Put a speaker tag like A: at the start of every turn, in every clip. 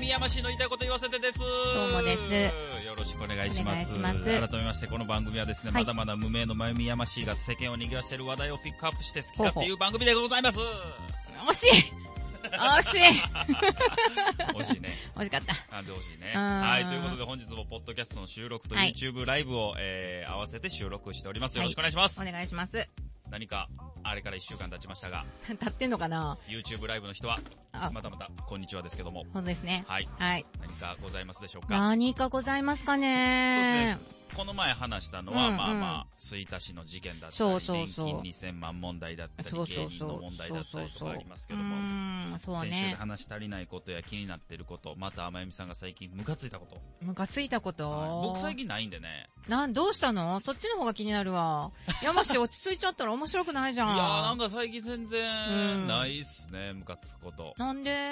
A: みやましいの言いたいこと言わせてです。ど
B: うもです。
A: よろしくお願いします。
B: お願いします
A: 改めまして、この番組はですね、
B: はい
A: まだまだ無名のまゆみやましいが世間を賑わしている話題をピックアップして好き
B: ほう
A: 勝
B: ほう
A: 手いう番組でございます。
B: 惜しい惜しい
A: 惜しいね。
B: 惜しかった。
A: なんで惜 しいね。
B: うん
A: はい、ということで本日もポッドキャストの収録と
B: はい
A: YouTube ライブを、えー合わせて収録しております。よろしくお願いします。
B: お願いします。
A: 何か、あれから一週間経ちましたが、
B: 立ってんのかな
A: YouTube ライブの人は、
B: あ、
A: またまた、こんにちはですけども。
B: ほんとですね。
A: はい。
B: はい。
A: 何かございますでしょうか
B: 何かございますかね
A: そうですねこの前話したのは、
B: うんうん
A: まあまあ、吹田市の事件だったり、
B: そうそうそう
A: 年金2000万問題だったり、
B: そうそうそう
A: 芸人の問題だったりとかありますけ
B: う
A: ども、
B: ーん、そう
A: 先週で
B: ね。
A: 話し足りないことや気になってること、また、あまゆみさんが最近ムカついたこと。
B: ムカついたこと、
A: はい僕最近ないんでね。
B: なん、どうしたのそっちの方が気になるわ。山氏落ち着いちゃったら面白くないじ
A: い
B: ゃ
A: やー
B: ん。
A: なんか最近全然、ないっすね、ムカつくこと。
B: なんで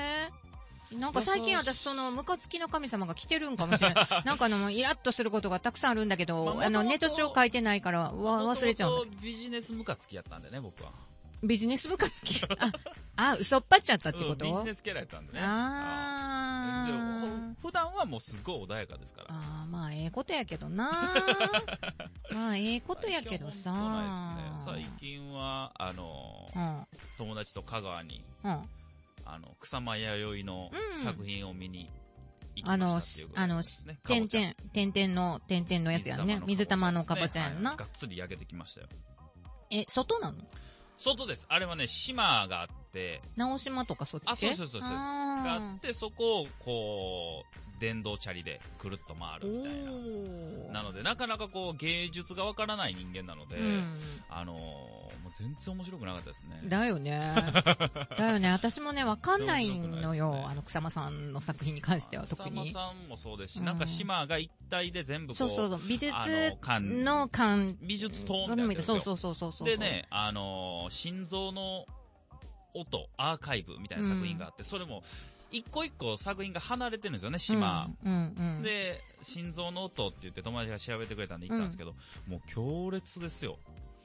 B: なんか最近私そのムカつきの神様が来てるんかもし れない。なんかあの、イラッとすることがたくさんあるんだけど、
A: まあ
B: あの、
A: 元々
B: ネット上書いてないからわ忘れちゃうんだけど
A: 元々ビジネスムカつきやったんでね、僕は。
B: ビジネス部 活き。あ、あ、嘘っぱっちゃったって
A: う
B: こ
A: ん
B: と、
A: ビジネスキャラやったんでね。
B: あ
A: 全然
B: ー
A: もう普段はもうすっごい穏やかですから。
B: あーまあ、ええことやけどな まあ、ええことやけどさ
A: 最近は、あの、友達と香川に、
B: うん。うん。
A: あの、草間弥生の
B: うん
A: 作品を見に行きま
B: あの、
A: したっていうこと
B: あの、
A: ですね。
B: 点
A: かぼちゃ
B: 々、点々の、点々のやつやんね。水玉のかぼちゃやん
A: は。
B: ない
A: がっつり焼けてきましたよ。
B: え、外なの
A: 外です。あれはね、島があって、
B: 直島とかそっち系
A: あそうそうそうそうがあ
B: あ
A: って、そこを、こう、電動チャリでくるっと回
B: ー
A: るみたいな。
B: おー
A: なので、なかなかこう、芸術がわからない人間なので、
B: うん。
A: あのーもう全然面白くなかったですね。
B: だ よね。だよね。私もね、わかんないの
A: 面白くないですね
B: よ。あの、草間さんの作品に関しては特に。
A: さんまさんもそうですし、
B: うん
A: なんか島が一体で全部こう、
B: そうそうそう。美術
A: あの感
B: の感
A: 美術塔みたいなのやってるんです
B: そ
A: よ
B: うそうそうそうそう。
A: でね、あのー心臓の音、アーカイブみたいな作品があって、それも、一個一個作品が離れてるんですよね、
B: うん、
A: 島。
B: うんうん。
A: で、心臓の音って言って友達が調べてくれたんで行ったんですけど、もう強烈ですよ。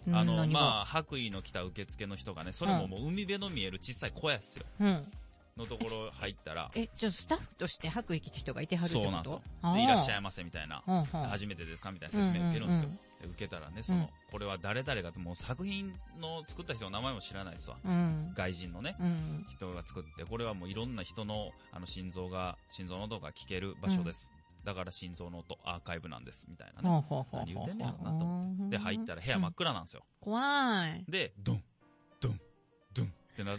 B: うん、
A: あの、
B: 何が
A: まあ、白衣の来た受付の人がね、それももう海辺の見える小さい小屋っすよ。
B: うん。
A: のところ入ったら、
B: え、じゃあスタッフとして白衣着た人がいてはるってこ
A: そ
B: と
A: うなんですよ。でいらっしゃいませみたいな。
B: まうんうん。
A: 初めてですかみたいな説明受けるんですよ。で受けたらね、そうの
B: ん、
A: これは誰々が、もう作品の作った人の名前も知らないですわ。
B: うん。
A: 外人のね、
B: うん。
A: 人が作って、これはもういろんな人の、あの、心臓が、心臓の音が聞ける場所です。だから心臓の音、アーカイブなんです、みたいなね。
B: ほうほうほうほう。
A: 何言うてんねやろなとで、入ったら部屋真っ暗なんですよ。
B: 怖い。
A: で、ドン、ドン、ドンってな、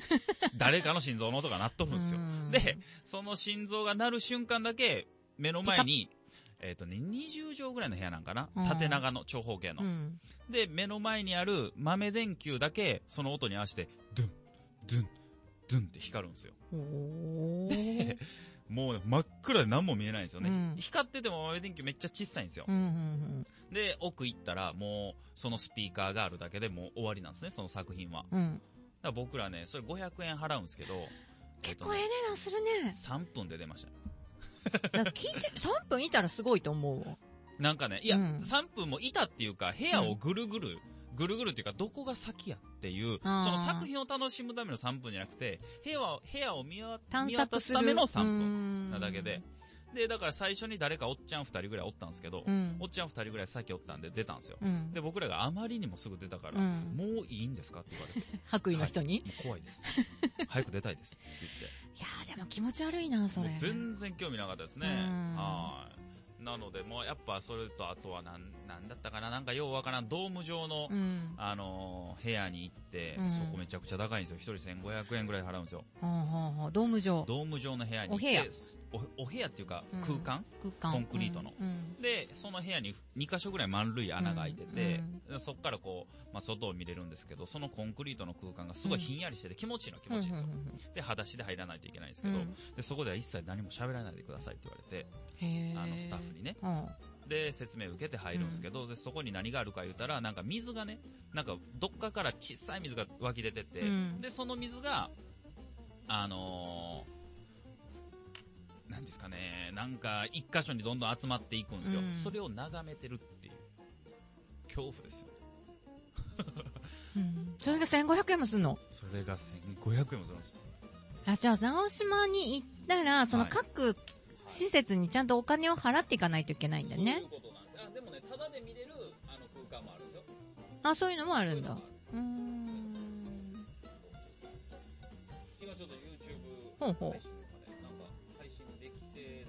A: 誰かの心臓の音が鳴っとるんですよ。
B: うん
A: で、その心臓が鳴る瞬間だけ、目の前に、えっ、とね、20畳ぐらいの部屋なんかな
B: うん
A: 縦長の長方形の
B: う。ん。
A: で、目の前にある豆電球だけ、その音に合わせて、ドゥン、ドゥン、ドゥンって光るんですよ。
B: おー
A: で、もうね真っ暗で何も見えないんですよね。
B: うん
A: 光ってても豆電球めっちゃ小さいんですよ
B: うん。うん
A: で、奥行ったらもう、そのスピーカーがあるだけでもう終わりなんですね、その作品は。だか
B: うん。うん。
A: ら僕らね、それ500円払うんですけど、
B: 結構ええ
A: えっ
B: 値
A: とね
B: 段するね。
A: 3分で出ましたね。
B: だから聞いて、3分いたらすごいと思うわ。
A: なんかね、いや、
B: うん
A: 3分もいたっていうか、部屋をぐるぐる、ぐるぐるっていうか、どこが先やっていう、そ
B: あー
A: の作品を楽しむための3分じゃなくて、部屋を、部屋を見わ
B: 探
A: 見渡
B: 索
A: す
B: す
A: ため
B: る。
A: の3分
B: 分
A: なだけで。、で、だから最初に誰かおっちゃん2人ぐらいおったんですけど、
B: うん
A: お。っちゃん2人ぐらい先おったんで出たんですよ。
B: うん
A: で、僕らがあまりにもすぐ出たから、
B: うん
A: もういいんですかって言われて、
B: 白衣の人に、
A: もう怖いです。 早く出たいです。って
B: い、やーでも気持ち悪いな、そ
A: 言って。
B: れ
A: もう。全然興味なかったですね。
B: うん
A: はい。なので、もうやっぱそれと、あとはなん、なんだったかな、なんかようわからん、ドーム状の、
B: うん。
A: あのー部屋に行って、
B: うん
A: そこめちゃくちゃ高いんですよ。一人1500円ぐらい払うんですよ。
B: ほうほうほう。ドーム状。
A: ドーム状の部屋に行って、おお部屋っていうか
B: うん、
A: 空間、
B: 空間。
A: コンクリートの
B: うん。
A: で、その部屋に2箇所ぐらい満塁穴が開いてて、そこからこう、まあ、外を見れるんですけど、そのコンクリートの空間がすごいひんやりしてて気持ちいいのは気持ちいいんですよ。で、裸足で入らないといけないんですけ
B: うん
A: ど、
B: うんうん
A: で、そこでは一切何も喋らないでくださいって言われて、
B: へー
A: あの、スタッフにね。
B: うん。
A: で、説明受けて入るんですけど、で、そこに何があるか言うたら、なんか水がね、なんかどっかから小さい水が湧き出てて、
B: うん
A: で、その水が、あのーなんですかね、なんか一箇所にどんどん集まっていくんですよ。
B: うん
A: それを眺めてるっていう。恐怖ですよ。
B: うんそれが1500円もすんの
A: それが1500円もするんです。
B: あ、じゃあ、直島に行ったら、その
A: はい
B: 各施設にちゃんとお金を払っていかないといけないんだ
A: そう
B: ね
A: い。うことなんです。あ、でもね、ただで見れるあの空間もあるんですよ。
B: あ、そういうのもあるんだ。
A: そうういうのもある
B: ーん。
A: 今ちょっと YouTube
B: ほうほう
A: 配信とかね、なんか配信できてないん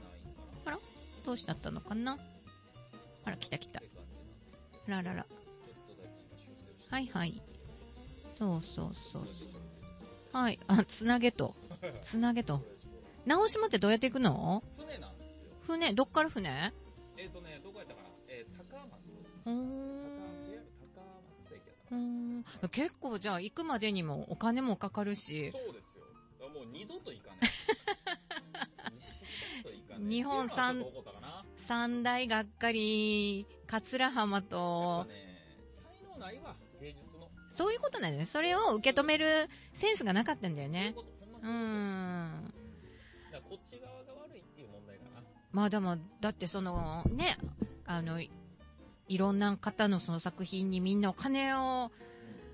A: かな。
B: どうしちゃったのかなあら、来た来た
A: っ。て感じなんで
B: あらら
A: ち
B: ら。
A: ょっとだけ今修正をして。
B: はいはい。そうそうそうそう。はい。あ、つなげと。つなげと。直島ってどうやって行くの
A: 船なんですよ。
B: 船、どっから船
A: えっ、とね、どこやったかなえー、高松。
B: うー
A: 高
B: ん。
A: JR 高松駅やった
B: う
A: か
B: ー
A: な。
B: ん結構じゃあ行くまでにもお金もかかるし、
A: そうですよ。だからもう二度と行かない。二度と行かない
B: 日本三
A: 今はちょっと怒ったかな
B: 三大がっかり、桂浜
A: やっ
B: と
A: ぱ、ね、才能ないわ、芸術の。
B: そういうことなんだよね。それを受け止めるセンスがなかったんだよね。
A: そういうことほんま
B: う
A: に
B: ーん。
A: だからこっち側が悪いっていう問題かな。
B: まあでも、だってその、ね、あの、いいろんな方のその作品にみんなお金を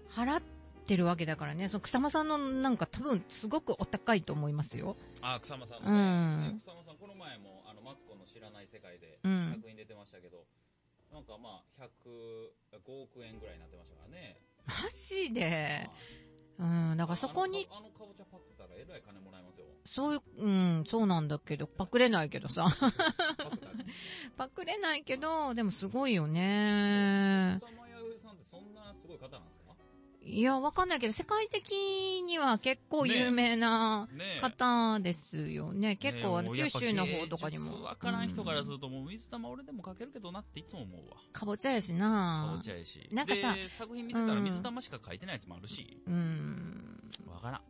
B: 払ってるわけだからね。その草間さんのなんか多分すごくお高いと思いますよ。
A: あ、草間さんも
B: うん
A: ね。ね草間さん、この前も、あの、マツコの知らない世界で
B: うん
A: 作品出てましたけど、なんかまあ、100、5億円ぐらいになってましたからね。
B: マジ
A: ま
B: で。
A: あ
B: うん、だからそこに、
A: あのかぼちゃパクったらえらい金もらえますよ。
B: そういう、うん、そうなんだけど、パクれないけどさ。
A: パクったら。
B: パクれないけど、でもすごいよね。
A: 草間彌生さんってそんなすごい方なんですか
B: いや、わかんないけど、世界的には結構有名な
A: ね
B: 方ですよね。結構、あの、
A: ねえ
B: 九州の方とかに
A: もうやっぱ芸術
B: も。
A: わからん人からす
B: うん
A: ると、もう水玉俺でもかけるけどなっていつも思うわ。
B: かぼちゃやし
A: か
B: な
A: ぼちゃやし。
B: なんかさ
A: で、作品見てたら
B: うん
A: 水玉しか書いてないやつもあるし、
B: うん。
A: わからん。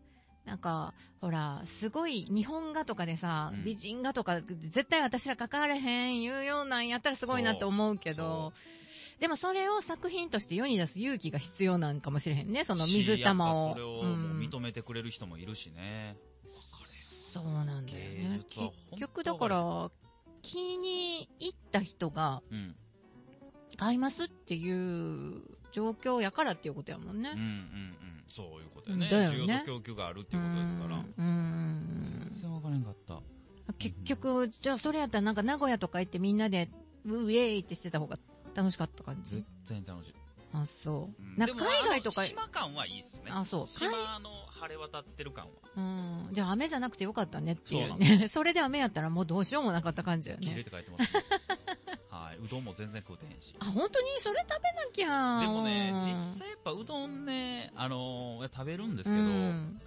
B: なんか、ほら、すごい日本画とかでさ、
A: うん
B: 美人画とか、絶対私ら書かれへん言うようなんやったらすごいなって思うけど、でもそれを作品として世に出す勇気が必要なんかもしれへんね、その水玉
A: しやっ
B: を。
A: ぱそれを
B: う
A: もうん認めてくれる人もいるしね。
B: そうなんだよ
A: 芸
B: ね。
A: 術は
B: 結
A: 本当
B: 局だから、気に入った人が
A: うん。
B: 買いますっていう状況やからっていうことやもん
A: うんうん
B: ね。
A: うん。そういうことよね。
B: だよね
A: 需要と供給があるっていうことですから。
B: うんうん
A: 全然わからへんかった。
B: 結局、じゃあそれやったらなんか名古屋とか行ってみんなで、ウェーイってしてた方が楽しかった感じ
A: 絶。対に楽しい。
B: あ、そうう。なんか海外とか
A: で、もあの島感はいいっすね。
B: あ、そう。海
A: 島の晴れ渡ってる感は。
B: うん。じゃあ雨じゃなくてよかったねっていう
A: そうなん
B: ね。 それで雨やったらもうどうしようもなかった感じよ
A: 綺麗っ
B: ね。
A: て書いてます ね。はい。うどんも全然食うてへんし。
B: あ、本当にそれ食べなきゃ。
A: でもね
B: うん、
A: 実際やっぱうどんね、あのー食べるんですけど、
B: うん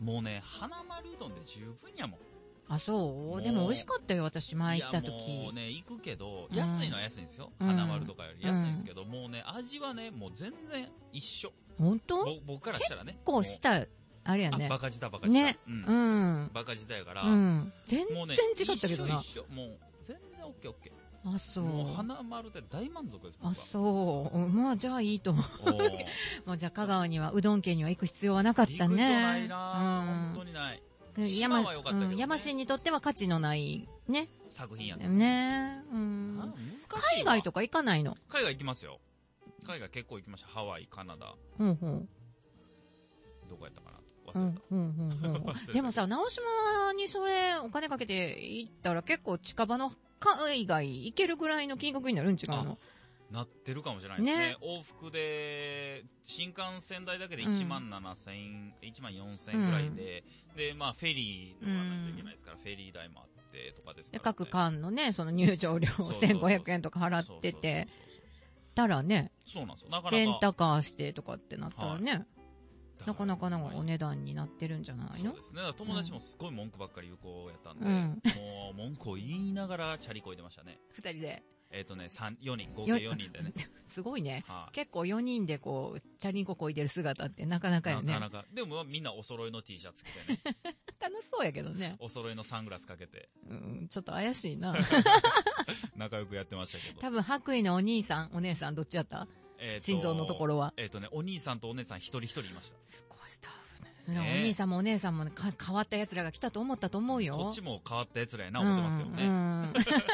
A: もうね、花丸うどんで十分やもん。
B: あ、そうでも美味しかったよ、私前行った
A: いやも
B: 時
A: う。ね、行くけど、
B: うん
A: 安いのは安いんですよ。
B: うん
A: 花丸とかより安いんですけど、もうね、味はね、もう全然一緒。
B: 本当結
A: ぼ僕からしたらね。
B: 構した、あれや
A: あ
B: ね。
A: バカ舌バカ舌。
B: ね
A: う。
B: うんん。
A: バカ舌やから、
B: うん。全
A: もうね、
B: 然違ったけど
A: 一
B: な。
A: 緒一緒。もう、全然オッケーオッケ
B: あ、そ
A: ー。
B: う。
A: もう花丸で大満足です、僕は
B: あ、。そう。うんまあ、じゃあいいと思
A: おー
B: う。もうじゃあ香川には、うどん県には行く必要はなかっ
A: 行く
B: た
A: と
B: ね。
A: ないな、本
B: う
A: 当にない。
B: ん。
A: 島は良かったけどね
B: うん山市にとっては価値のない、ね。
A: 作品やね。
B: ね。
A: あ
B: う
A: 難
B: ん。
A: しいわ。
B: 海外とか行かないの
A: 海外行きますよ。海外結構行きました。ハワイ、カナダ、
B: うんうん。
A: どこやったかな
B: う
A: 忘れ
B: ん
A: た。、
B: うん、うん
A: 忘れ
B: う
A: た
B: ん。でもさ、直島にそれお金かけて行ったら結構近場の海外行けるぐらいの金額になるん違うの
A: なってるかもしれないですね。
B: ね
A: 往復で、新幹線代だけで
B: うん
A: 1万7000円、1万4000円ぐらいで、で、まあ、フェリー乗らないといけないですから、フェリー代もあってとかですか
B: で、
A: ら、ね。
B: 各館のね、その入場料
A: そうそうそう
B: 1500円とか払ってて、たらね、
A: そうそうそうそう。そうなんですよ。なかなか。
B: レンタカーしてとかってなったらね、
A: だら
B: なかなかなんかお
A: ね
B: 値段になってるんじゃない
A: そう
B: の
A: ですね。だから友達もすごい文句ばっかり有効やったんで、
B: うん
A: もう文句を言いながらチャリこいでましたね。
B: 二人で。
A: えっ、とね、三4人、合計4人でね。
B: すごいね。
A: はい
B: 結構4人でこう、チャリンコこいでる姿ってなかなかよね
A: な。かなか。でもみんなお揃いの T シャツ着て ね、
B: 楽しそうやけどね。
A: お揃いのサングラスかけて、
B: うん、ちょっと怪し いな。
A: 仲良くやってましたけど。
B: 多分白衣のお兄さん、お姉さんどっちやった
A: えーと
B: 心臓のところは。
A: えっ、とね、お兄さんとお姉さん一人一人いました。
B: すごいスタッフね。
A: ねえ
B: お兄さんもお姉さんもか変わった奴らが来たと思ったと思うよ。
A: こっちも変わった奴らやな、思ってますけど
B: う
A: ね。
B: ん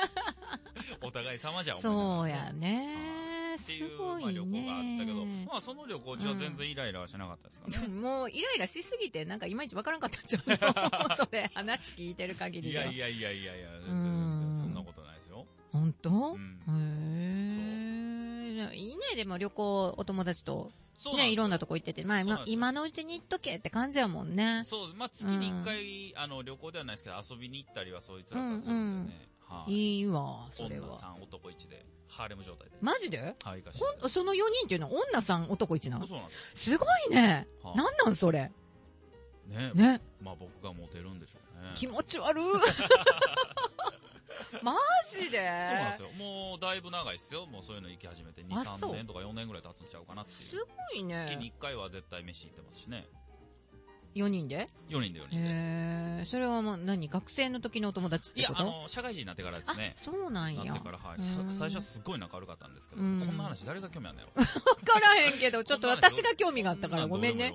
A: お互い様じゃ思いながら
B: そうやね。
A: っ
B: す
A: ていう、
B: ご
A: まあ、
B: い
A: 旅行があったけど、
B: ね。
A: まああその旅行中は全然イライラはしなかったですかね。
B: もうイライラしすぎて、なんかいまいちわからんかったんちゃう のそれ、話聞いてる限り
A: い
B: では。
A: やいやいやいやいや、全
B: う
A: 然
B: ん
A: そんなことないですよ。
B: 本当、
A: うん
B: へえ。いいね、でも旅行、お友達と、
A: そうなんです
B: ね、
A: よ
B: いろんなとこ行ってて、まあ
A: そうなんで
B: 今
A: すよ
B: 今のうちに行っとけって感じやもんね。
A: そう、まあ、月に一回、あの、旅行ではないですけど、遊びに行ったりはそういつらがするんでね。はい。
B: いいわ、それ
A: 女
B: は。
A: さん、男1で、ハーレム状態で。
B: マジで
A: はい、かし
B: ほんその4人っていうのは女さん、男一なの
A: そうなんです
B: すごいね。
A: よ。
B: なんなんそれ。
A: ね
B: ね。
A: まあ僕がモテるんでしょうね。
B: 気持ち 悪い。マ
A: そ
B: ジで
A: うなんです
B: よ。
A: よ。もうだいぶ長いですよ。もうそういうの行き始めて2、
B: あそう
A: 3年とか4年ぐらい経つんちゃうかなって
B: す
A: いう。
B: ごい
A: 月に
B: ね。
A: 1回は絶対飯行ってますしね。
B: 4人で
A: 4人で4人で。
B: へえ、それはもう何学生の時のお友達っ
A: い
B: て
A: や
B: こ、と
A: あの、社会人になってからですね。
B: そうなん
A: な
B: や。
A: って
B: わ
A: から、はい。さ
B: うん
A: 最初はすごい仲悪かったんですけど、
B: う
A: こ
B: ん
A: んな話誰が興味あんのやろ。
B: からへんけ ど、ちょっと私が興味があったからごめんね。。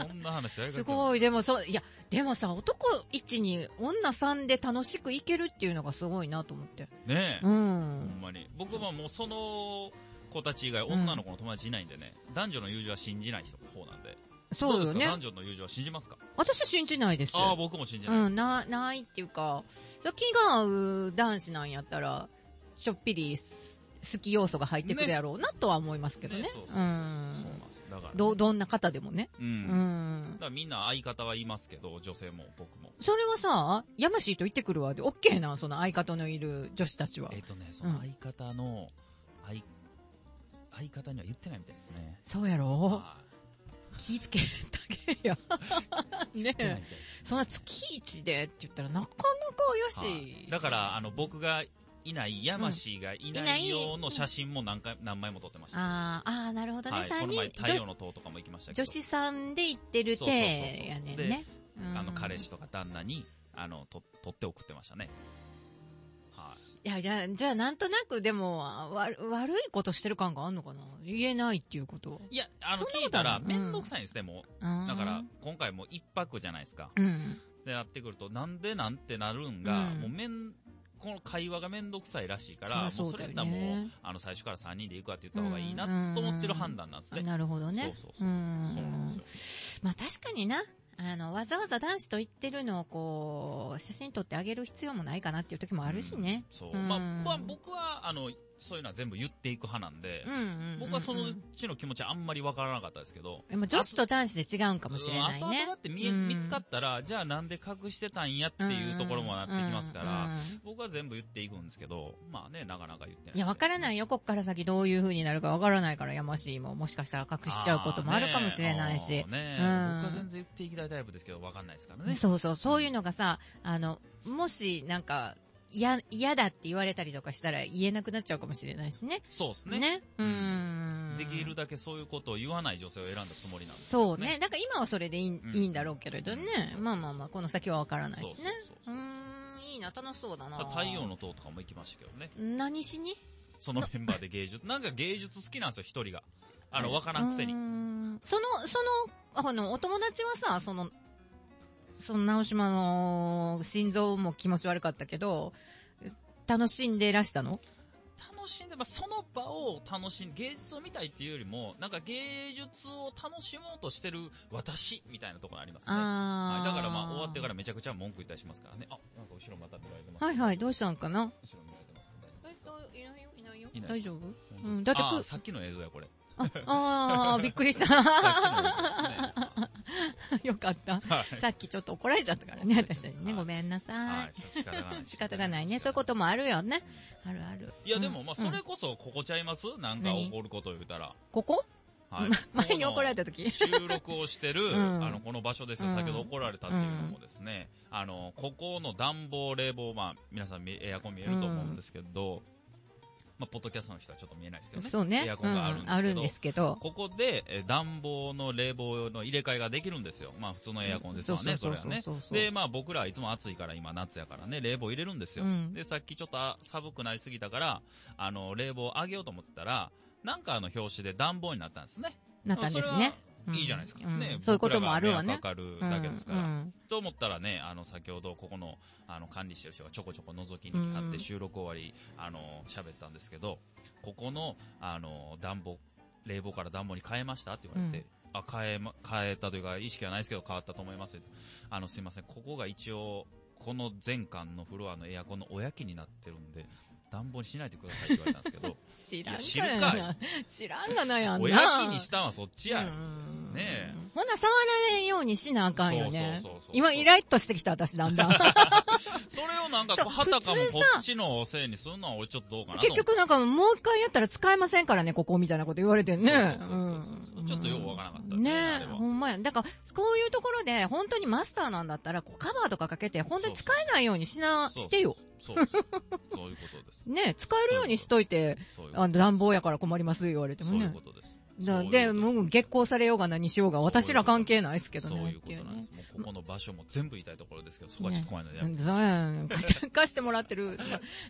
A: こ んな話誰が興味あんの
B: すごい、でもそう、いや、でもさ、男1に女3で楽しくいけるっていうのがすごいなと思って。
A: ねえ、
B: う
A: ほん
B: ん。
A: まに。僕はもうその子たち以外女の子の友達いないんでね、男女の友情は信じない人の方なんで。
B: そう
A: ど
B: よ
A: ですか
B: ね
A: 男。女の友情は信じますか
B: 私は信じないです。
A: ああ、僕も信じないです。
B: うん、な、ないっていうか、それ気が合う男子なんやったら、ちょっぴりす好き要素が入ってくるやろうなとは思いますけどね。
A: ねそうそう
B: う
A: そそう
B: ん。
A: なんですよ。だから、
B: ど、どんな方でもね。
A: う。
B: うん
A: だ
B: ん。
A: からみんな相方は言いますけど、女性も僕も。
B: それはさ、やましいと言ってくるわで、オッケーな、その相方のいる女子たちは
A: えっ、。とね、その相方の、相、相方には言ってないみたいですね。
B: そうやろ
A: はい
B: 気ぃつけたけや。 ね
A: 言ってないみ
B: え。
A: たいです
B: そんな月一でって言ったらなかなか怪し
A: はい
B: い。
A: だから、あの、僕がいない、ヤマシーがい
B: い
A: な
B: ないい
A: 用の写真も何回、何枚も撮ってました。
B: あーあー、なるほどね。
A: はい、こ
B: 三
A: の前、
B: 人、
A: 太陽の塔とかも行きましたけど。
B: 女子さんで行ってる
A: そうそうそうそう
B: てやねん
A: で
B: ね。うん
A: あの、彼。氏とか旦那に、あの、と、取って送ってましたね。はい。
B: いや、じゃあ、じゃあなんとなくでも、わ悪いことしてる感があんのかな言えないっていうことは。
A: いや、あの、
B: そんな
A: 聞
B: こ
A: い
B: とあ
A: た
B: る
A: ら、めんどくさいんですね、も
B: う
A: う。
B: ん
A: だから、、今回も一泊じゃないですか。
B: うん。
A: で、なってくると、なんでなんてなるんが、
B: うん
A: もうめん、この会話がめんどくさいらしいから、
B: そり
A: もう
B: ゃそ
A: そうれ
B: だ
A: や
B: よ
A: っ
B: ね
A: たらもう、あの、最初から3人で行くわって言った方がいいなと思ってる判断なんです
B: あ
A: ね。
B: なるほどね。
A: そうそうそう
B: う
A: そうなんですよ。。
B: んまあ確かにな。あの、わざわざ男子と言ってるのをこう、写真撮ってあげる必要もないかなっていう時もあるしね。
A: そう。
B: うん
A: まあ、まあ僕は、あの、そういうのは全部言っていく派なんで
B: うん、うんうん。
A: 僕はその
B: う
A: うんちの気持ちはあんまりわからなかったですけど、
B: でも女子と男子で違うん
A: か
B: かもしれない
A: 後々
B: ね
A: だ。って見え、
B: うん
A: 見つかったら、じゃあなんで隠してたんやっていうところもなってきますから、
B: うんうんうん
A: 僕は全部言っていくんですけど、まあね、なかなか言ってない。
B: いや、わからない
A: よ。
B: よ。こっから先どういう風になるかわからないから、やましいも、もしかしたら隠しちゃうこともあるかもしれないし
A: あ。ーね
B: うん
A: 僕は全然言っていきたいタイプですけど、わかんないですからね。
B: そうそう、そういうのがさ、あの、もし、なんか、嫌、嫌だって言われたりとかしたら言えなくなっちゃうかもしれないしね。
A: そうですね
B: ね。うーん。
A: できるだけそういうことを言わない女性を選んだつもりなんです
B: そうね。だから今はそれでいい,、
A: ん
B: ん、いいんだろうけれどね。
A: うん
B: まあまあまあ、この先はわからない
A: そう
B: し
A: そう
B: ね。
A: そう
B: う
A: そう
B: ーん、いいな、楽しそうだな。
A: 太陽の塔とかも行きましたけどね。
B: 何しに
A: そのメンバーで芸 術、なんか芸術好きなんですよ、一人が。あの、わから
B: うん
A: くせに。
B: んその、その、あの、お友達はさ、その、その直島の心臓も気持ち悪かったけど、楽しんでらしたの
A: 楽しんで、まあ、その場を楽しん、芸術を見たいっていうよりも、なんか芸術を楽しもうとしてる私みたいなところありますね。は
B: あ
A: い、
B: ー
A: だからまあ終わってからめちゃくちゃ文句言ったりしますからね。あ、なんか後ろまた見られてます。
B: はいはい、
A: 後
B: どうしたんかな
A: ろ見られてます。
B: いないよ、いないよ
A: いない
B: 大丈夫
A: 大
B: う
A: 丈夫
B: んだって
A: あ
B: く
A: さっきの映像 や、これ。
B: あ、 あーびっくりした。
A: さっきの映像ですね
B: よかった。
A: はい。
B: さっきちょっと怒られちゃっ たからね、私たちにね。
A: はい
B: ごめんなさ
A: はいい。、仕方がない。
B: 仕方がないね。そういうこともあるよね。あるある。
A: いや、でも、まあ、そ
B: うん
A: れこそ、ここちゃいますなんか怒ることを言うたら。
B: ここ
A: はい。
B: 前に怒られた時
A: 収録をしてる、
B: うん
A: あの、この場所ですよ。
B: うん
A: 先ほど怒られたっていうのもですね、あの、ここの暖房、冷房、まあ、皆さんみエアコン見えると思うんですけど、まあ、ポッドキャストの人はちょっと見えないですけどね。
B: そうね。
A: エアコンがあるんですけ
B: うん
A: ど
B: あるんですけど。
A: ここで、えー暖房の冷房の入れ替えができるんですよ。まあ、普通のエアコンですわね、そ
B: そう
A: れ
B: そう
A: は
B: そうそう
A: ね
B: そうそう。そう
A: で、まあ、僕らはいつも暑いから、今夏やからね、冷房入れるんですよ。
B: うん
A: で、さっきちょっとあ寒くなりすぎたから、あの、冷房上げようと思ったら、なんかあの表紙で暖房になったんですね。
B: なったんですね。
A: それはいいじゃないですか。
B: うん
A: ね
B: うんそういうこともあるわね
A: 僕らが迷惑かかるだけですから。
B: うん
A: と思ったらね、あの、先ほどここの、あの、管理してる人がちょこちょこ覗きに来
B: うん
A: っ
B: う
A: て
B: ん
A: 収録終わり、あの、喋ったんですけど、ここの、あの、暖房冷房から暖房に変えましたって言われて、あ、変えま、変えたというか、意識はないですけど変わったと思いますよあの、すいません、ここが一応、この全館のフロアのエアコンのおやきになってるんで、暖房にしないでくださいって言われたんですけど、
B: 知
A: い
B: らん
A: や
B: が
A: 知るかい
B: な。知らんが なやんな。
A: おやきにしたんはそっちや。
B: うん
A: ねえ
B: ほな、触られんようにしなあかんよね。
A: そうそうそうそう
B: 今、イライとしてきた、私、だんだん。
A: それをなんか
B: そ
A: こ
B: う
A: う、はたかも
B: 普通
A: こ
B: さ
A: っちのせいにするのは俺ちょっとどうかなと思
B: 結
A: って。
B: 局、なんか、もう一回やったら使えませんからね、ここ、みたいなこと言われてね。
A: そうそうそうそう
B: うん
A: ちょっとようわからなかったね
B: ね
A: あ
B: え
A: れは
B: ほんまや。だから、こういうところで、本当にマスターなんだったら、こうカバーとかかけて、本当に使えないようにしな、
A: そう
B: してよ。。
A: そうそう。そういうことです。
B: ねえ使えるようにしといて、
A: そういうこと
B: あの、暖房やから困ります、言われても
A: そういう
B: ね
A: こ。とです。
B: だ
A: そういうこと
B: で、もう、月光されようが何しようが、
A: そういうこと
B: 私ら関係ないですけどね。
A: そういうことなんで
B: ってね
A: す。もうここの場所も全部言いたいところですけど、そこはちょっと怖いのでやめて。
B: そう やね貸して、貸してもらって る。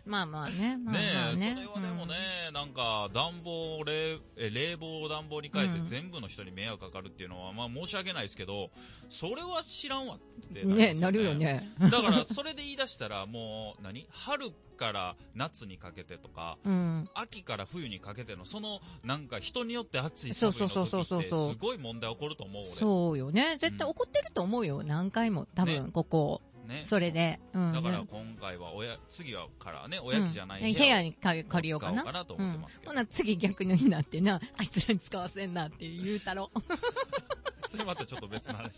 B: まあまあね。まあ
A: ね
B: まあ
A: え、
B: ね。
A: それはでもね、なんか、暖房を冷、え冷房を暖房に変え
B: うん
A: て全部の人に迷惑かかるっていうのは、まあ申し訳ないですけど、それは知らんわって
B: うん。
A: ります
B: ねなるよ。ね。
A: だから、それで言い出したら、もう、何春から夏にかけてとか、
B: うん。
A: 秋から冬にかけての、その、なんか人によって暑い
B: そう
A: 寒い
B: そう
A: の
B: そう
A: 時
B: そうそう
A: って、すごい問題起こると思う、俺。
B: そうよね。絶対怒ってると思うよ。何回も。多分、ここ。
A: ね。
B: それで。うん。
A: だから
B: ね、
A: 今回は、おや、次はからね、おやきじゃない
B: うん部屋に借り借りようか
A: 使おうか
B: な。
A: なと
B: う
A: 思って
B: ん
A: ます。けど
B: ほ。な、次逆になってな、あいつらに使わせんなって言うたろ。
A: それまたちょっと別の話。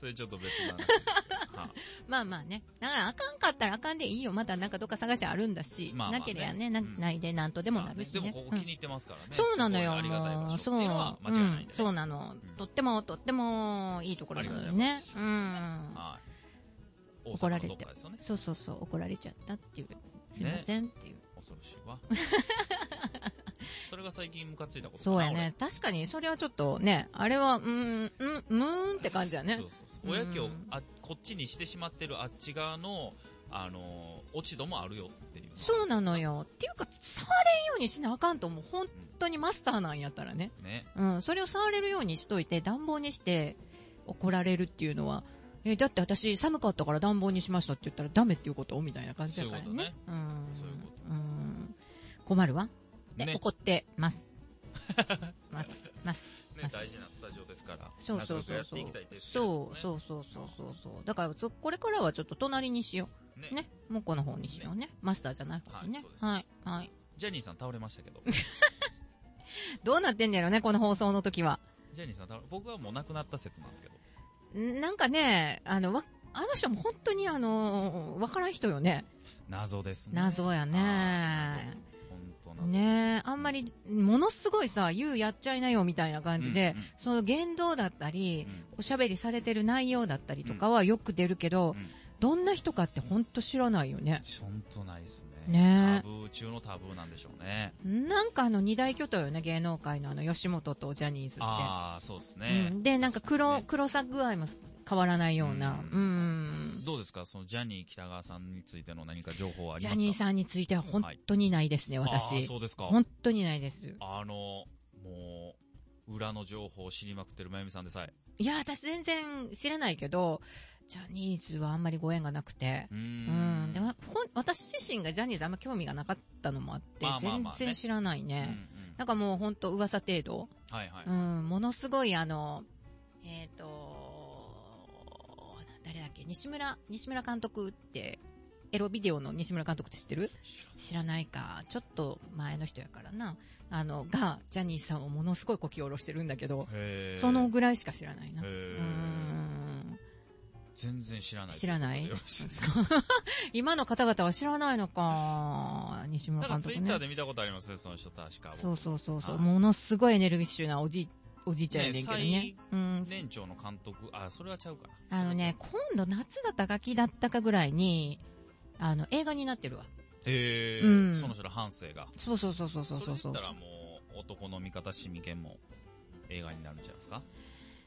A: それちょっと別の話。は
B: まあまあね。だから、あかんかったらあかんでいいよ。まだなんかどっか探しあるんだし。
A: まあまあね
B: なけりゃね、な
A: うん
B: ないでなんと で
A: い
B: もなるし
A: まあ
B: ね。
A: でもこ
B: う
A: こ
B: ん
A: 気に入ってますからね。
B: そうなの
A: す
B: よ。
A: ごいありがたい場所って
B: そ
A: いう
B: う
A: のは間違いないんでね。
B: うんそうなの
A: うん。
B: とっても、とってもいいところなのよね。
A: あ
B: う
A: り
B: ん。
A: はい。
B: 怒ら
A: 大阪の
B: れて
A: どっかですよね。
B: そうそうそう、怒られちゃったっていう。すいませんっていう。
A: 恐ろしい わ。それが最近ムカついたことかな
B: そうやね。。確かに、それはちょっとね、あれは、うーん、うん、うーんって感じや
A: 俺
B: ね
A: そう。そうそう。おやきをあこっちにしてしまってるあっち側の、あのー、落ち度もあるよっていう。
B: そうなの
A: よ。
B: よ。っていうか、触れんようにしなあかんと思う。本当にマスターなんやったらね。
A: ね。
B: うん、それを触れるようにしといて、暖房にして怒られるっていうのは、え、だって私寒かったから暖房にしましたって言ったらダメっていうことみたいな感じだからね。
A: そういうことね
B: ん。
A: そういうこと
B: ん。困るわ。で、
A: ね
B: 怒ってます。 ます、ます。
A: ね、大事なスタジオですから。
B: そうそうそ
A: 仲
B: う
A: 良くやっ
B: そ
A: て
B: う
A: いきたいです。
B: そうそうそうそうそうそう。だからそ、これからはちょっと隣にしよ
A: う。ね
B: う。。ね。もうこの方にしようね。マスターじゃない方にね。はい。はい。
A: ジャニーさん倒れました けど。
B: どうなってんだろうね、この放送の時は。
A: ジャニーさん倒れ、僕はもう亡くなった説なんですけど。
B: なんかね、あの、わ、あの人も本当にあの、わからん人よね。
A: 謎ですね。
B: 謎やね。
A: 本当謎。
B: ねえ、あんまり、ものすごいさ、言うやっちゃいなよみたいな感じで、
A: うんうん
B: その言動だった
A: う
B: り、
A: ん
B: おしゃべりされてる内容だったりとかはよく出るけど、
A: うん
B: どんな人かって本当知らないよね。
A: 本当ないですね。
B: ね
A: タ
B: え
A: ブー中のタブーなんでしょうね。
B: なんかあの二大巨頭よね、芸能界のあの吉本とジャニーズって。
A: ああ、そうです
B: う
A: ね。
B: ん、で、なんか黒、
A: ね
B: 黒さ具合も変わらないような。
A: う
B: うん
A: どうですかそのジャニー北川さんについての何か情報はあり
B: ジ
A: ます
B: ャ
A: か
B: ニーさんについては本当にないですね、
A: あー
B: 私。
A: そうですか。
B: 本当にないです。
A: あの、もう、裏の情報を知りまくってるまゆみさんでさえ。
B: いや、私全然知らないけど、ジャニーズはあんまりご縁がなくて。
A: うー
B: うん。
A: ん。
B: でも、ほん私自身がジャニーズあんま興味がなかったのもあって、
A: まあまあまあね
B: 全然知らないうね。
A: んうん
B: なんかもうほんと噂程度。
A: はいはい。
B: うん、ものすごいあの、えっ、と、誰だっけ、西村、西村監督って、エロビデオの西村監督って知ってる
A: 知らん
B: 知らないか。ちょっと前の人やからな。あの、が、ジャニーさんをものすごいこき下ろしてるんだけど、
A: へー
B: そのぐらいしか知らないな。
A: へー
B: うん
A: 全然知らない。
B: 知らない
A: よろしいですか
B: 今の方々は知らないのか、西
A: な
B: 村
A: んかツ
B: 監
A: イ
B: 督
A: ッター
B: ね。
A: で見たことありますね、その人確か。
B: そうそうそうそう、
A: はい
B: ものすごいエネルギッシュなおじい、おじいちゃんやねんけどね。
A: ね
B: うん。
A: 年長の監督、あ、それはちゃうかな。
B: あのね、今度夏だったか秋だったかぐらいに、あの、映画になってるわ。
A: へえ、
B: うん
A: その人の半生が。
B: そうそうそうそうそ
A: そうれ
B: そ
A: 言
B: う
A: ったらもう、男の味方、シミケンも映画になるんじゃないですか。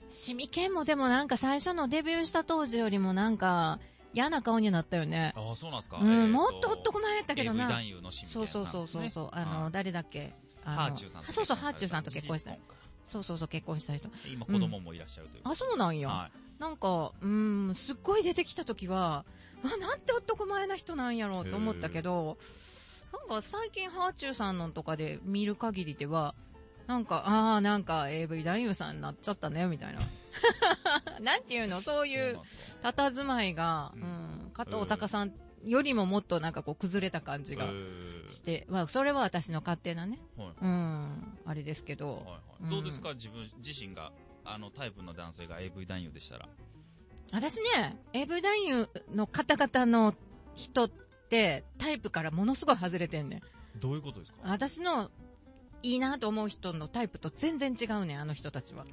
B: シミケンもでもなんか最初のデビューした当時よりもなんか、嫌な顔になったよね。
A: ああ、そうなんですか。
B: うん、もっと男前やったけど
A: AV
B: な。
A: 男優のシミケンさ
B: そ
A: ん
B: う
A: です
B: そ
A: ね、
B: うそうそうそう。あ
A: は
B: の、
A: い
B: 誰だっけあの
A: ハーチューさんと結婚された。
B: そうそう、ハーチューさんと結婚した
A: ジジイ。婚か
B: そうそうそう、結婚した人。
A: 今、子供もいらっしゃるという。
B: あ、そうなんや。
A: はい。
B: なんか、うーん、すっごい出てきた時は、うわ、なんて男前な人なんやろうと思ったけど、なんか最近ハーチューさんのとかで見る限りでは、なんか、ああ、なんか AV 男優さんになっちゃったね、みたいな。 なんていうのそうい
A: そう
B: う
A: なんですか
B: 佇まいが、
A: う
B: うんん、加藤隆さんよりももっとなんかこう崩れた感じ
A: え
B: が
A: ー
B: して、まあ、それは私の勝手なね、
A: はい
B: うん、あれですけど、
A: はいは
B: う
A: い、
B: ん
A: どうですか自分自身が、あのタイプの男性が AV 男優でしたら。
B: 私ね、AV 男優の方々の人って、タイプからものすごい外れてんねん。
A: どういうことですか
B: 私のいいなと思う人のタイプと全然違うねん、あの人たちは。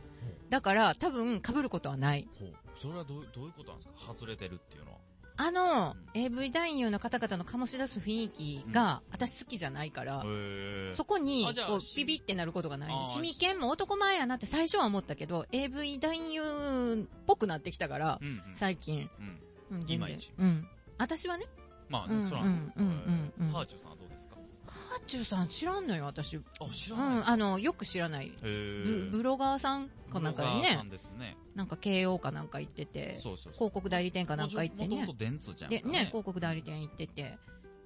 B: だから、多分被ることはない。
A: ほうそれはどうどういうことなんですか外れてるっていうのは。
B: あの、
A: う
B: AV 男優の方々の醸し出す雰囲気が、私好きじゃないから、
A: へー
B: そこに
A: あじゃあ
B: こう
A: し
B: ビビってなることがない
A: あー
B: の。シミケンも男前やなって最初は思ったけど、AV 男優っぽくなってきたから
A: う、んうん
B: 最近。
A: うん
B: うん、
A: い
B: 全
A: ま
B: 然
A: いち。
B: うん。私はね、
A: まあね、
B: うん
A: そらなんですけど
B: うんうんうんうん
A: えーハーチューさんはどうですか
B: ハーチューさん知らんのよ、私。う
A: あ、知らないで
B: ん、
A: すか
B: あの、よく知らない。
A: へー
B: ブブロガーさんかなんかで
A: ブロガーさ
B: ね
A: ん、ですね。
B: なんか KO かなんか行ってて、
A: そうそうそう。
B: 広告代理店かなんか行って
A: もとも
B: ね
A: と。電通じゃんか
B: で、ね、広告代理店行ってて、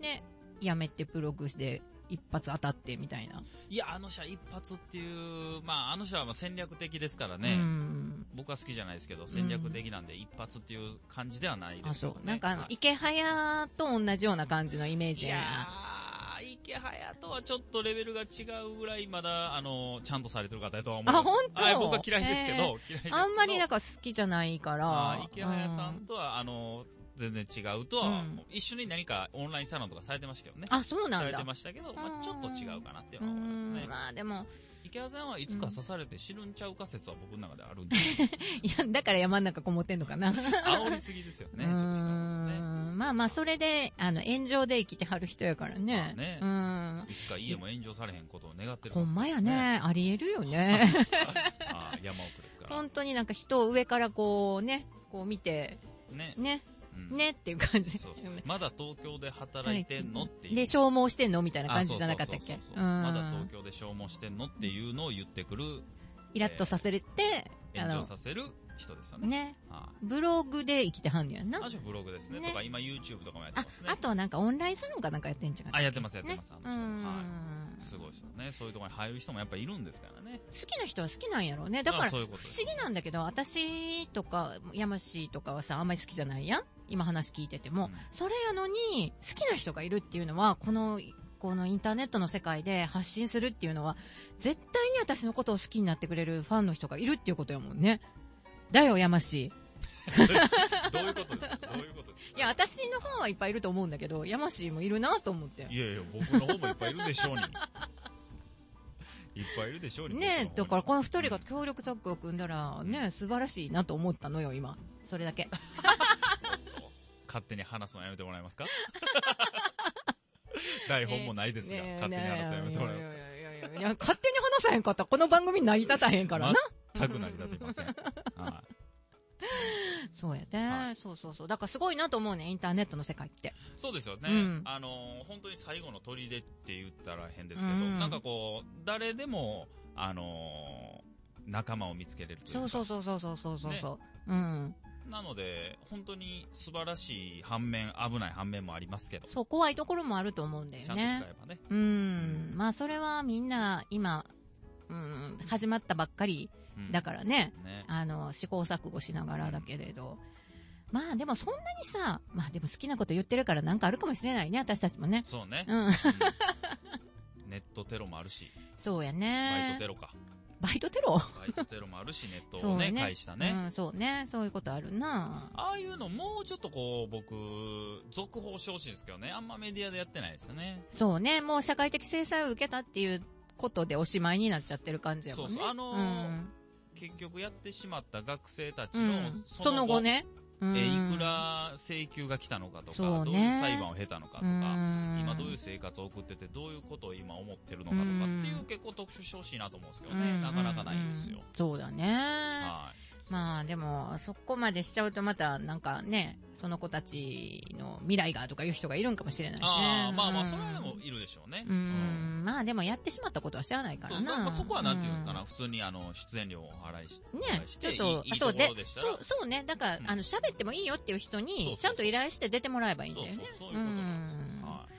B: で、やめてブログで一発当たってみたいな。
A: いや、あの人は一発っていう、まあ、あの人はまあ戦略的ですから
B: う
A: ね。
B: ん。
A: 僕は好きじゃないですけど、戦略的なんで一発っていう感じではないで
B: あ、
A: すけど
B: そ
A: ね。
B: う。なんかあの
A: は、い
B: 池早と同じような感じのイメージ
A: い
B: やねん
A: やー、池早とはちょっとレベルが違うぐらい、まだ、あの、ちゃんとされてる方やとは思う。
B: あほんと
A: はい僕は嫌いですけど、
B: へー
A: 嫌いですけど。
B: あんまり
A: な
B: だから好きじゃないから。
A: 池早さんとは、あの、全然違うとは、
B: うん
A: 一緒に何かオンラインサロンとかされてましたけどね。
B: うん。あ、そうな
A: さ
B: ん
A: れ
B: だ
A: て。ましたけど、ま
B: う
A: あ
B: ん
A: ちょっと違うかなっていう
B: う
A: のは思います
B: ん
A: ね。
B: まあでも、
A: 池谷さんはいつか刺されて死ぬんちゃうか説は僕の中であるんで、
B: いや、だから山の中こもってんのかな。
A: 煽りすぎですよね、
B: う
A: ちょ
B: ー
A: っと人のことね。
B: んまあまあ、それで、あの、炎上で生きてはる人やから
A: まあ
B: ね。
A: ね
B: うーん。
A: いつか家も炎上されへんことを願ってる
B: ほ
A: で
B: ん
A: すけど
B: まや。ね。ありえるよね。
A: ああ山奥ですから。
B: 本当になんか人を上からこうね、こう見て、
A: ね。
B: ね、
A: うん
B: ねっていう感じ。
A: そうそうまだ東京で働いてんのっていう。
B: で、消耗してんのみたいな
A: あ
B: 感
A: そう
B: じじ
A: そうそ
B: ゃな
A: うそ
B: か
A: う
B: ったっけう
A: まだ
B: ん
A: 東。京で消耗してんのっていうのを言ってくる、
B: イラッとさせれて、あ
A: 炎上
B: の、
A: させる人ですよね。
B: ね、
A: あ
B: ブログで生きてはんのやん
A: あ。
B: な。
A: ある種ブログですね。
B: ね
A: とか今 YouTube とかもやって
B: あ
A: ますね。、
B: あとはなんかオンラインサロンかなんかやってんじゃん。
A: あ、やってます、やってます。あ
B: う
A: の人もはい。
B: ん。
A: すごいですよね。そういうところに入る人もやっぱいるんですからね。
B: 好きな人は好きなんやろうね。だから、
A: あ
B: 不
A: そうい
B: 思
A: うことです
B: 議なんだけど、私とか、山氏とかはさ、あんまり好きじゃないやん今話聞いてても。
A: うん
B: それやのに、好きな人がいるっていうのは、この、このインターネットの世界で発信するっていうのは、絶対に私のことを好きになってくれるファンの人がいるっていうことやもんね。だよ、山氏。
A: どういうことですかどういうことですか
B: いや、私のファンはいっぱいいると思うんだけど、山氏もいるなと思って。
A: いやいや、僕の方もいっぱいいるでしょうに。いっぱいいるでしょうに。
B: ねえ、だからこの二人が
A: うん
B: 協力タッグを組んだら、ねえ、素晴らしいなと思ったのよ、今。それだけ。
A: 勝手に話すのやめてもらえますか台本もないですが、
B: ねえ
A: 勝手に話すのやめてもらえま
B: い
A: すか
B: やいやいやいやいや勝手に話さへんかったらこの番組成り立たへんからな。
A: 全く成り立てません。はい
B: そうやで、
A: はい
B: そうそうそう。だからすごいなと思うね、インターネットの世界って。
A: そうですよね。
B: うん
A: あのー、本当に最後の砦って言ったら変ですけど、
B: うん
A: なんかこう、誰でも、あのー、仲間を見つけれるというか。
B: そうそうそうそうそうそうそうそう。うん。
A: なので、本当に素晴らしい反面、危ない反面もありますけど。
B: そう、怖いところもあると思うんだ
A: ちゃんと使
B: よね。
A: えばね。
B: うん。まあそれはみんな今、うん、始まったばっかり
A: うん
B: だからね、
A: ね。
B: あの、試行錯誤しながらだけれど。まあでもそんなにさ、まあでも好きなこと言ってるからなんかあるかもしれないね、私たちもね。
A: そう ね。
B: うん。
A: うんネットテロもあるし、
B: そうや
A: バイ
B: ね
A: トテ。ロか。
B: バイトテロ
A: バイトテロもあるし、ネット
B: そ
A: を
B: う
A: ね、
B: ね
A: 返したね。
B: うん、そうね。そういうことあるな
A: ああいうのもうちょっとこう、僕、続報してほしいんですけどね。あんまメディアでやってないですよね。
B: そうね。もう社会的制裁を受けたっていうことでおしまいになっちゃってる感じやもんね。
A: そうそうあのー
B: うん
A: 結局やってしまった学生たち
B: う
A: の
B: ん、その後。ね。う
A: え
B: ん
A: ーいくら請求が来たのかとか、
B: そうね
A: どういう裁判を経たのかとか、
B: ん
A: 今どういう生活を送ってて、どういうことを今思ってるのかとか
B: うん
A: っていう結構特集してほしいなと思うんですけど
B: う
A: ね。
B: ん
A: なかなかないですよ。
B: そうだね。
A: はい。
B: まあでも、そこまでしちゃうとまたなんかね、その子たちの未来がとかいう人がいるんかもしれないしね。
A: ああ、まあまあ、
B: うん
A: それはでもいるでしょうね。
B: うん、まあでもやってしまったことは知らないか
A: そ
B: ら
A: うだから
B: な。
A: そこはなんていうのかな、
B: ん
A: 普通にあの、出演料をお払いしお
B: ね
A: 払いし、
B: ち
A: て、
B: ょっと、
A: いいいい
B: あそ
A: と
B: う
A: こ
B: で
A: ろで、したら、
B: そう、そうね、だから
A: う、ん
B: あの、喋ってもいいよっていう人
A: そうそう
B: に、ちゃんと依頼して出てもらえばいいんだ
A: そう
B: よね。
A: そうそういうことなんですよ
B: うん
A: はい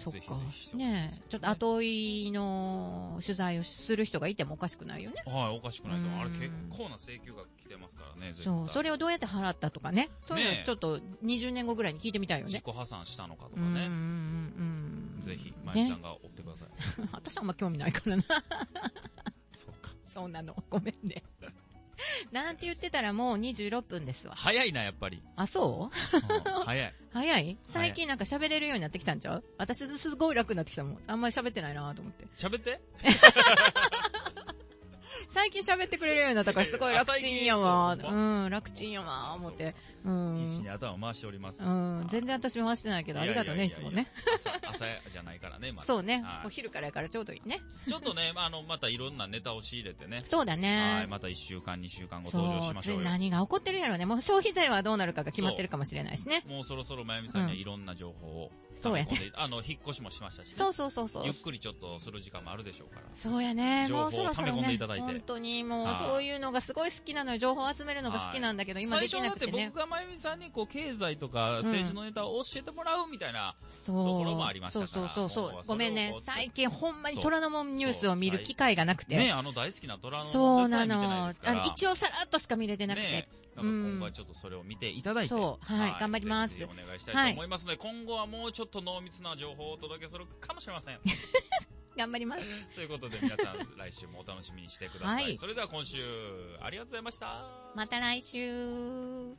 B: そっ
A: ぜひぜ
B: か
A: ひしてほしいです。よね
B: ねえちょっと後追いの取材をする人がいてもおかしくないよね。
A: はい、おかしくないと思う。あれ
B: うん
A: 結構な請求が来てますからね、絶対
B: そう。それをどうやって払ったとかね。そういう
A: ね
B: の
A: え
B: ちょっと20年後ぐらいに聞いてみたいよ
A: 自
B: ね
A: 己。破産したのかと
B: う
A: か
B: んうん
A: ね。
B: うんうん。
A: ぜひ、まゆみちゃ
B: ね
A: ん。が追ってください。
B: 私はあんま興味ないからな。
A: そうか。
B: そうなの。ごめ んね。なんて言ってたらもう26分ですわ。
A: 早いな、やっぱり。
B: あ、そう
A: うん 早い。
B: 早い最近なんか喋れるようになってきたんちゃう私すごい楽になってきたもん。あんまり喋ってないなと思って。
A: 喋って
B: 最近喋ってくれるようになったからすごい楽ちんやわ
A: い。やいや
B: うん、楽ちんやわ、思って。う
A: 必死
B: ん
A: に。頭回しております。
B: うん、全然私も回してないけど、ありがとうね、い
A: いや
B: つ
A: いや
B: も
A: いやい
B: ね。
A: 朝朝じゃないからね、まだ。
B: そうね
A: は、い
B: お昼からやからちょうどいいね。
A: ちょっとね、まああの、またいろんなネタを仕入れてね。
B: そうだ
A: はい、
B: ね。
A: また1週間、2週間後
B: そ
A: 登場し
B: う、
A: まし
B: つ
A: ょ
B: いう
A: よ。
B: 何が起こってるやろね。もう消費税はどうなるかが決まってるかもしれないしね。
A: もうそろそろまゆみさんにはいろんな情報を
B: そ
A: 溜
B: う
A: め
B: や
A: 込んで。
B: ね。
A: あの、引っ越しもしましたし、ね。
B: そうそうそうそう
A: ゆっ。くりちょっとする時間もあるでしょうから。
B: そうやね。
A: 情報
B: も
A: を
B: うそろそろ
A: 溜め込んで
B: ね
A: いただい。て
B: 本当にもう
A: はい
B: そういうのがすごい好きなのよ。情報を集めるのが好きなんだけど、今
A: 最
B: でき
A: 初だ
B: な
A: っ
B: くて
A: て
B: ね
A: 僕。がまゆみさんにこう経済とか
B: うん
A: 政治のネタを教えてもらうみたいな、
B: そう。
A: ところもありましたから
B: そうそうそ
A: 今
B: う
A: 後
B: そ
A: はそ
B: う。
A: れ
B: ご
A: を
B: めんね
A: こう。
B: 最近ほんまに虎ノ門ニュースを見る機会がなくて。
A: ね、あの大好きな虎の
B: そうなの。
A: あ
B: あの一応さらっとしか見れてなくて。
A: ね、なんか今後はちょっとそれを見ていただいて、
B: そうはい頑張ります
A: ぜひお願いしたいと思いますので、今後はもうちょっと濃密な情報をお届けするかもしれませ ん。
B: 頑張ります。
A: ということで皆さん、来週もお楽しみにしてください。
B: はい
A: それでは今週、ありがとうございました。
B: また来週。